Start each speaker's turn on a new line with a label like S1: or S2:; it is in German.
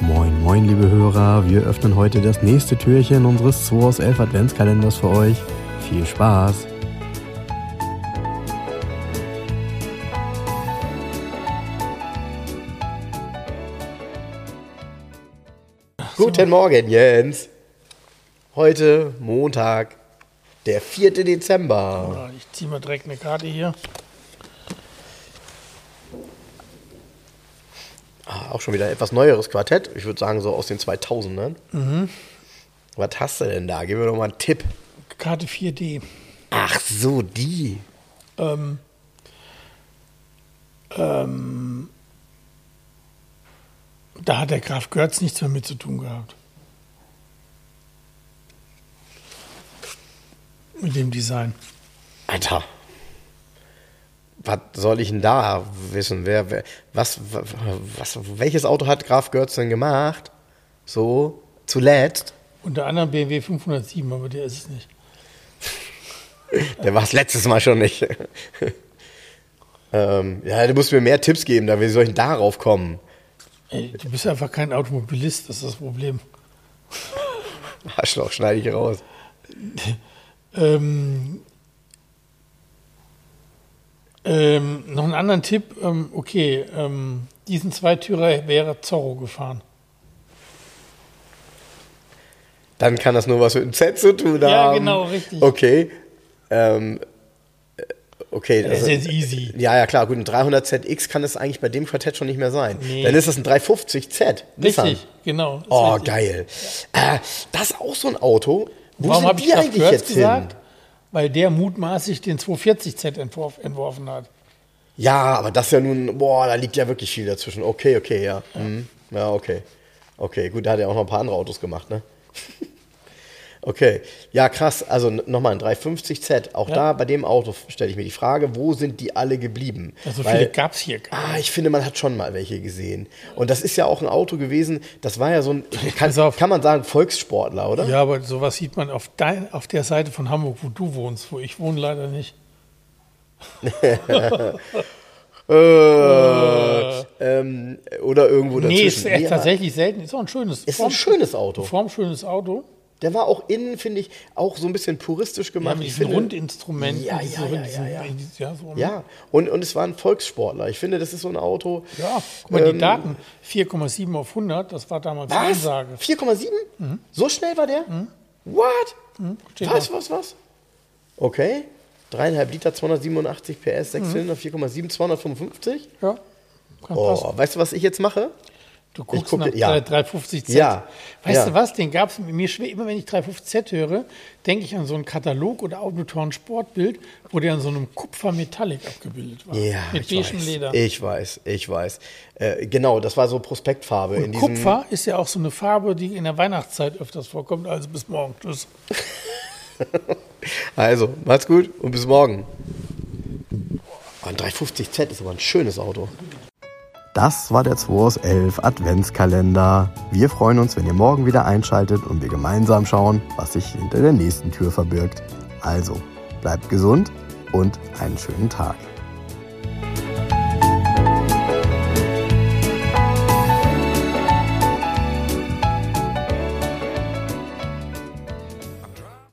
S1: Moin, moin, liebe Hörer. Wir öffnen heute das nächste Türchen unseres 2 aus 11 Adventskalenders für euch. Viel Spaß! Guten Morgen, Jens. Heute Montag, der 4. Dezember.
S2: Ja, Ich ziehe mal direkt eine Karte hier.
S1: Ah, Auch schon wieder etwas neueres Quartett. Ich würde sagen, so aus den 2000ern. Was hast du denn da? Gib mir doch mal einen Tipp.
S2: Karte 4D.
S1: Ach so, die.
S2: Ähm, ähm, da hat der Graf Görz nichts mehr mit zu tun gehabt. Mit dem Design.
S1: Alter. Was soll ich denn da wissen? Wer, wer, was, wa- was, welches Auto hat Graf Görz denn gemacht? So, zuletzt.
S2: Unter anderem BMW 507, aber der ist es nicht.
S1: Der war es letztes Mal schon nicht. ähm, ja, du musst mir mehr Tipps geben, da wie soll ich denn darauf kommen?
S2: Ey, du bist einfach kein Automobilist, das ist das Problem.
S1: Arschloch, schneide ich raus.
S2: Ähm, ähm, noch einen anderen Tipp. Ähm, okay, ähm, diesen Zweitürer wäre Zorro gefahren.
S1: Dann kann das nur was mit dem Z zu tun haben.
S2: Ja, genau, richtig.
S1: Okay. Ähm, äh, okay.
S2: Das ist
S1: also-
S2: jetzt easy.
S1: Ja, ja, klar. Gut, ein 300ZX kann es eigentlich bei dem Quartett schon nicht mehr sein.
S2: Nee.
S1: Dann ist es ein 350Z. Nissan.
S2: Richtig, genau. ist
S1: Oh,
S2: richtig.
S1: geil. Äh, das ist auch so ein Auto. Wo
S2: Warum
S1: sind
S2: habe
S1: die
S2: ich das
S1: eigentlich
S2: Kurz
S1: jetzt
S2: gesagt?
S1: hin?
S2: Weil der mutmaßlich den 240Z entworf, entworfen hat.
S1: Ja, aber das ist ja nun, boah, da liegt ja wirklich viel dazwischen. Okay, okay, ja. Ja, ja okay. Okay, gut, da hat er auch noch ein paar andere Autos gemacht, ne? okay. Ja, krass. Also n- nochmal ein 350Z. Auch da bei dem Auto stelle ich mir die Frage, wo sind die alle geblieben?
S2: Also
S1: Weil-
S2: viele gab es hier. gar
S1: Ah, ich finde, man hat schon mal welche gesehen. Und das ist ja auch ein Auto gewesen, das war ja so ein, kann,
S2: Pass auf.
S1: kann man sagen, Volkssportler, oder?
S2: nicht. Ja, aber sowas sieht man auf, dein, auf der Seite von Hamburg, wo du wohnst, wo ich wohne leider nicht.
S1: Äh, ähm, oder irgendwo dazwischen.
S2: Nee, ist echt
S1: aber
S2: tatsächlich selten. Ist auch ein schönes,
S1: Ist ein schönes Auto.
S2: formschönes Auto.
S1: Der war auch innen, finde ich, auch so ein bisschen puristisch
S2: Ja,
S1: gemacht.
S2: mit
S1: ich
S2: diesen
S1: finde,
S2: Rundinstrumenten.
S1: Ja,
S2: diese
S1: ja, ja,
S2: Rund- diesen-
S1: ja, ja.
S2: diesen- ja, so, ne?
S1: Ja, und, und es war ein Volkssportler. Ich finde, das ist so ein Auto.
S2: Ja, guck mal,
S1: ähm,
S2: die Daten. 4,7 auf 100, das war damals die
S1: Was?
S2: Ansage. Mhm.
S1: 4,7? So schnell war der? What?
S2: steht
S1: Was,
S2: da.
S1: was, was? Okay. 3,5 Liter, 287 PS, 6 Zylinder, 4,7, 255.
S2: Mhm. Ja, kann passen.
S1: Oh, weißt du, was ich jetzt mache?
S2: Du guckst
S1: gucke-
S2: nach
S1: ja.
S2: 350Z.
S1: Ja,
S2: Weißt
S1: ja.
S2: du was, den gab es, mir schwer, immer wenn ich 350Z höre, denke ich an so einen Katalog oder Autotoren Sportbild, wo der an so einem Kupfer-Metallic abgebildet war.
S1: Ja,
S2: mit
S1: ich
S2: beigem
S1: weiß,
S2: Leder.
S1: ich weiß, ich weiß. Äh, genau, das war so Prospektfarbe in diesem.
S2: Kupfer ist ja auch so eine Farbe, die in der Weihnachtszeit öfters vorkommt, also bis morgen. Tschüss.
S1: Also, macht's gut und bis morgen. Ein 350Z ist aber ein schönes Auto. Das war der 2 aus 11 Adventskalender. Wir freuen uns, wenn ihr morgen wieder einschaltet und wir gemeinsam schauen, was sich hinter der nächsten Tür verbirgt. Also, bleibt gesund und einen schönen Tag.